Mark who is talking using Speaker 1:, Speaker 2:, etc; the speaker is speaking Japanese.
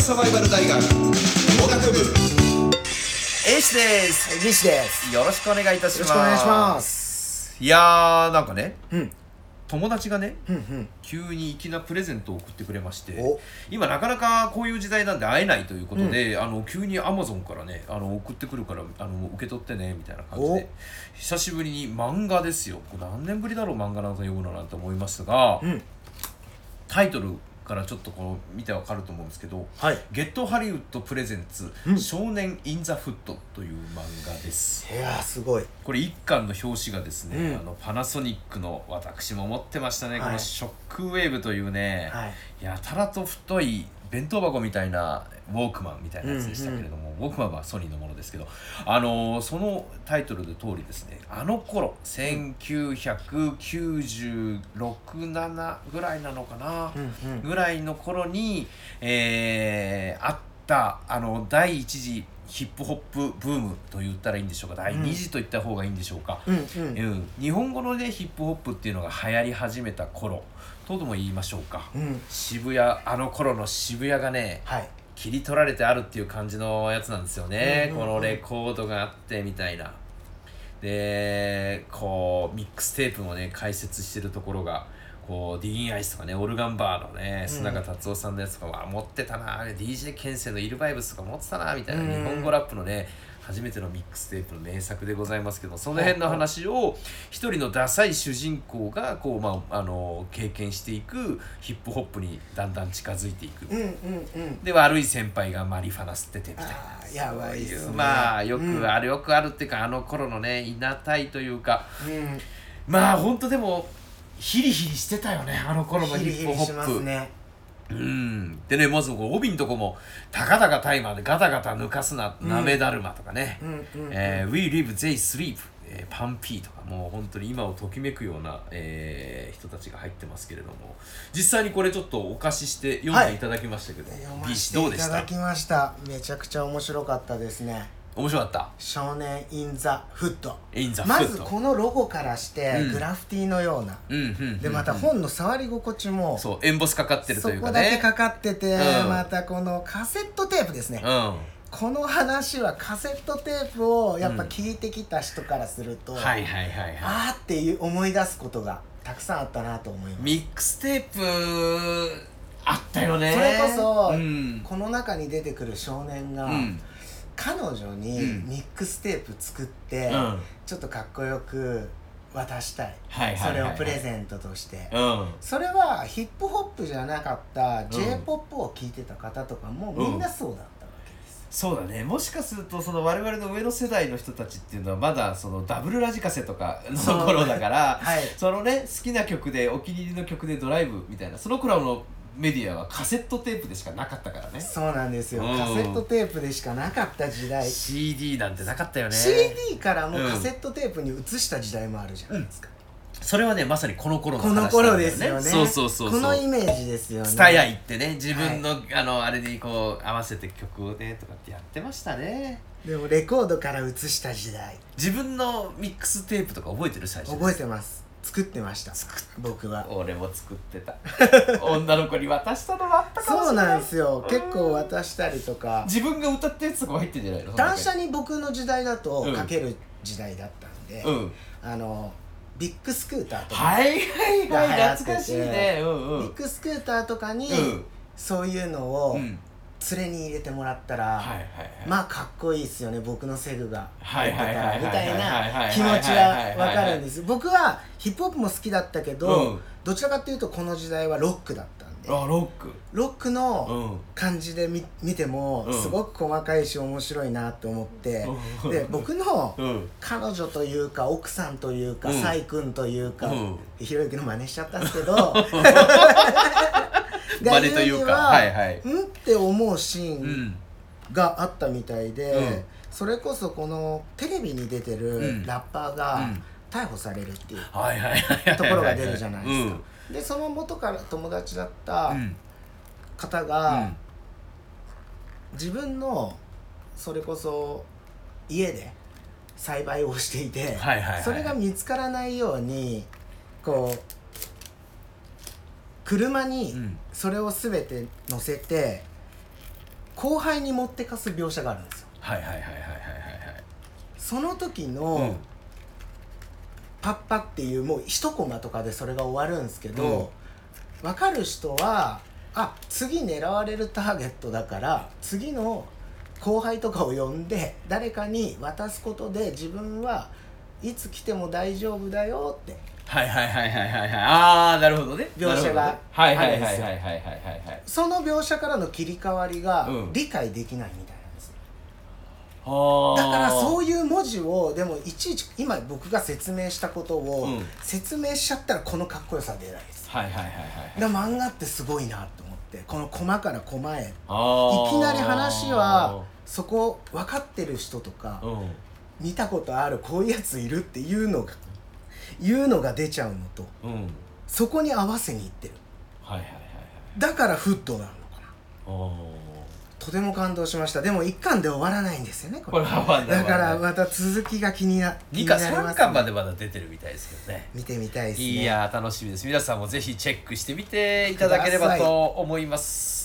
Speaker 1: サバイバル大学農学部
Speaker 2: エイシです
Speaker 3: 西です。
Speaker 2: よろしくお願いいたします
Speaker 3: よろしくお願いします。
Speaker 2: いやーなんかね
Speaker 3: うん、
Speaker 2: 友達がね
Speaker 3: うん、うん。
Speaker 2: 急に粋なプレゼントを送ってくれまして
Speaker 3: お
Speaker 2: 今なかなかこういう時代なんで会えないということで、あの急にアマゾンからねあの送ってくるからあの受け取ってねみたいな感じで久しぶりに漫画ですよこれ何年ぶりだろう漫画なんか読むのなんて思いましたが、
Speaker 3: うん
Speaker 2: タイトルからちょっとこの見てわかると思うんですけど
Speaker 3: はい。
Speaker 2: 「ゲットハリウッドプレゼンツ、
Speaker 3: うん
Speaker 2: 少年インザフット」という漫画です。
Speaker 3: いやー、すごい。
Speaker 2: これ一巻の表紙がですね、
Speaker 3: うん
Speaker 2: あのパナソニックの私も持ってましたね、
Speaker 3: はい
Speaker 2: このショックウェーブというね、
Speaker 3: はい。
Speaker 2: やたらと太い弁当箱みたいなウォークマンみたいなやつでしたけれども、ウォークマンはソニーのものですけど、あのーそのタイトルの通りですねあの頃1996、7ぐらいなのかな、
Speaker 3: うん、うん。
Speaker 2: ぐらいの頃に、えーあったあの第一次ヒップホップブームと言ったらいいんでしょうか第二次と言った方がいいんでしょうか、
Speaker 3: うん、
Speaker 2: うん
Speaker 3: うん。
Speaker 2: 日本語の、ね、ヒップホップっていうのが流行り始めた頃とでも言いましょうか、
Speaker 3: うん。
Speaker 2: 渋谷あの頃の渋谷がね
Speaker 3: はい。
Speaker 2: 切り取られてあるっていう感じのやつなんですよね、
Speaker 3: うんうんうん
Speaker 2: このレコードがあってみたいなでこうミックステープもね解説してるところがこうディギンアイスとかねオルガンバーのね須永達夫さんのやつとかは持ってたな、あれ DJ ケンセイのイルバイブスとか持ってたなみたいな、
Speaker 3: うん
Speaker 2: 日本語ラップのね初めてのミックステープの名作でございますけどその辺の話を一人のダサい主人公がこう、まあ、あの経験していくヒップホップにだんだん近づいていく
Speaker 3: うん、うん、うん。
Speaker 2: で悪い先輩がマリファナ吸っててみたいな
Speaker 3: あーやばいっすね
Speaker 2: そううまあよく、
Speaker 3: うん
Speaker 2: あれよくあるっていうかあの頃のねいなたいというか
Speaker 3: うん。
Speaker 2: まあほんとでもヒリヒリしてたよねあの頃の
Speaker 3: ヒ
Speaker 2: ヒ
Speaker 3: リ
Speaker 2: ッ
Speaker 3: ヒ
Speaker 2: プ
Speaker 3: リ
Speaker 2: ホ
Speaker 3: し
Speaker 2: ッ
Speaker 3: ま
Speaker 2: プ、
Speaker 3: すね。
Speaker 2: うんでねまずこう帯のとこも「たかだかタイマーでガタガタ抜かすな、
Speaker 3: うん
Speaker 2: なめだるま」とかね
Speaker 3: うん、うんうん。
Speaker 2: えー We Live, They Sleep、えーパンピーとかもう本当に今をときめくような、えー人たちが入ってますけれども実際にこれちょっとお貸しして読んでいただきましたけど、
Speaker 3: 読ま
Speaker 2: B
Speaker 3: せ
Speaker 2: 氏どう
Speaker 3: て
Speaker 2: で
Speaker 3: い
Speaker 2: したた
Speaker 3: だきました。めちゃくちゃ面白かったですね。
Speaker 2: 面白かった
Speaker 3: 少年インザフット。
Speaker 2: インザフ
Speaker 3: ま
Speaker 2: ッ
Speaker 3: ず
Speaker 2: ト
Speaker 3: このロゴからして、
Speaker 2: うん
Speaker 3: グラフィティのような。
Speaker 2: うんうんうん
Speaker 3: で、また本の触り心地も、
Speaker 2: そうエンボスかかってると
Speaker 3: そ
Speaker 2: いうか
Speaker 3: こだけ
Speaker 2: ね
Speaker 3: かかってて、
Speaker 2: うん
Speaker 3: またこのカセットテープですね。
Speaker 2: うん
Speaker 3: この話はカセットテープをやっぱ聞いてきた人からすると、
Speaker 2: はいはいはいはい
Speaker 3: あーっていう思い出すことがたくさんあったなと思います、
Speaker 2: ミックステープあったよね
Speaker 3: それこそ、
Speaker 2: うん
Speaker 3: この中に出てくる少年が、
Speaker 2: うん
Speaker 3: 彼女に
Speaker 2: うん
Speaker 3: ミックステープ作って、
Speaker 2: うんはい
Speaker 3: ちょっとかっこよく渡したい、
Speaker 2: はいはい
Speaker 3: それをプレ
Speaker 2: ン
Speaker 3: ゼントとして、
Speaker 2: うん
Speaker 3: それはヒップホップじゃなかった j p o p を聴いてた方とかもみんなそうだったわけです、
Speaker 2: そうだねもしかするとその我々の上の世代の人たちっていうのはまだそのダブルラジカセとかの頃だから
Speaker 3: はい
Speaker 2: そのね好きな曲でお気に入りの曲でドライブみたいなその頃のメディアはカセットテープでしかなかったからね
Speaker 3: そうなんですよ、
Speaker 2: うん
Speaker 3: カセットテープでしかなかった時代、
Speaker 2: CD なんてなかったよね
Speaker 3: CD からも
Speaker 2: うん
Speaker 3: カセットテープに移した時代もあるじゃないですか、
Speaker 2: それはねまさにこの頃の
Speaker 3: こ
Speaker 2: 話な
Speaker 3: の
Speaker 2: んだよ
Speaker 3: 頃ですよね
Speaker 2: そうそうそうそ
Speaker 3: こ
Speaker 2: う
Speaker 3: のイメージですよね
Speaker 2: ツタヤ行ってね自分の、あのあれにこう合わせて曲をねとかってやってましたね
Speaker 3: でもレコードから移した時代
Speaker 2: 自分のミックステープとか覚えてる最初
Speaker 3: 覚えてます作ってました
Speaker 2: 作っ
Speaker 3: 僕は
Speaker 2: 俺も作ってた 女の子に渡したのもあったかもし
Speaker 3: そ
Speaker 2: れ
Speaker 3: う
Speaker 2: ない
Speaker 3: なんですよ結構渡したりとか
Speaker 2: 自分が歌ったやつとかも入ってんじゃないの
Speaker 3: 単車
Speaker 2: に
Speaker 3: に僕の時代だと
Speaker 2: うん
Speaker 3: かける時代だったんで、
Speaker 2: うん
Speaker 3: あのビッグスクーターとか、
Speaker 2: はいはい
Speaker 3: 流
Speaker 2: はい
Speaker 3: 行ってて
Speaker 2: 懐かしいねうんう
Speaker 3: ビッ
Speaker 2: ん
Speaker 3: グスクーターとかに、
Speaker 2: うん
Speaker 3: そういうの
Speaker 2: う
Speaker 3: を
Speaker 2: ん
Speaker 3: 連れに入れてもらったら、
Speaker 2: はいはいはい
Speaker 3: まあかっこいいですよね僕のセグが
Speaker 2: はい
Speaker 3: 入っ
Speaker 2: はい
Speaker 3: てた
Speaker 2: は
Speaker 3: ら
Speaker 2: い
Speaker 3: みたいな
Speaker 2: はい
Speaker 3: 気持ちはわかるんですす僕はヒップホップも好きだったけど、
Speaker 2: うん
Speaker 3: どちらかというとこの時代はロックだったんで
Speaker 2: あロック
Speaker 3: ロック
Speaker 2: う
Speaker 3: の
Speaker 2: ん
Speaker 3: 感じで見見ても
Speaker 2: うん
Speaker 3: すごく細かいし面白いなと思って、で僕の
Speaker 2: うん
Speaker 3: 彼女というか奥さんというか
Speaker 2: うん
Speaker 3: サイ君というか、
Speaker 2: うん
Speaker 3: ひろゆきの真似しちゃったんですけど
Speaker 2: 真似というか
Speaker 3: が
Speaker 2: はいはい
Speaker 3: うんって思うシー
Speaker 2: う
Speaker 3: ン
Speaker 2: ん
Speaker 3: があったみたいで、
Speaker 2: うん
Speaker 3: それこそこのテレビに出て
Speaker 2: うん
Speaker 3: るラッパーが
Speaker 2: うん
Speaker 3: 逮捕されるっていう
Speaker 2: はいはいはい
Speaker 3: ところが出るじゃないですか
Speaker 2: うん。
Speaker 3: でその元から友達だった
Speaker 2: うん
Speaker 3: 方が自分のそれこそ家で栽培をしていて
Speaker 2: はいはいはい
Speaker 3: それが見つからないようにこう車に
Speaker 2: うん
Speaker 3: それを全て乗せて後輩に持ってかす描写があるんですよ
Speaker 2: はいはいはいはいはい
Speaker 3: その時
Speaker 2: はいはい
Speaker 3: のパッパっていうもう一コマとかでそれが終わるんですけど、分かる人はあ次狙われるターゲットだから次の後輩とかを呼んで誰かに渡すことで自分はいつ来ても大丈夫だよって
Speaker 2: はいはいはいはいはいはいああなるほどね
Speaker 3: 描写が
Speaker 2: なるほどねはい
Speaker 3: あ
Speaker 2: は
Speaker 3: る
Speaker 2: い
Speaker 3: ん
Speaker 2: は
Speaker 3: で
Speaker 2: い
Speaker 3: すよ
Speaker 2: はいはいはいはいはい
Speaker 3: その描写からの切り替わりが
Speaker 2: うん
Speaker 3: 理解できないみたいなんです、
Speaker 2: は
Speaker 3: だからそうういう文字をでもいちいち今僕が説明したことを
Speaker 2: うん
Speaker 3: 説明しちゃったらこのかっこよさ出ないです
Speaker 2: はいはいはいはいはい
Speaker 3: だから漫画ってすごいなと思ってこのコマからコマへ
Speaker 2: あ
Speaker 3: い
Speaker 2: ー
Speaker 3: きなり話はそこ分かってる人とか
Speaker 2: うん
Speaker 3: 見たことあるこういうやついるっていうのが言うのが出ちゃうのと
Speaker 2: うん
Speaker 3: そこに合わせにいってる
Speaker 2: はいはいはいはい
Speaker 3: だからフットなのかな
Speaker 2: お
Speaker 3: とても感動しましたでも一巻で終わらないんですよねこ
Speaker 2: こ
Speaker 3: れ
Speaker 2: れはまだ
Speaker 3: だからまた続きが気にな気
Speaker 2: 2
Speaker 3: に
Speaker 2: か
Speaker 3: なり
Speaker 2: 3
Speaker 3: ますね
Speaker 2: 巻までまだ出てるみたいですけどね
Speaker 3: 見てみたいですね
Speaker 2: いやー楽しみです皆さんもぜひチェックしてみていただければと思います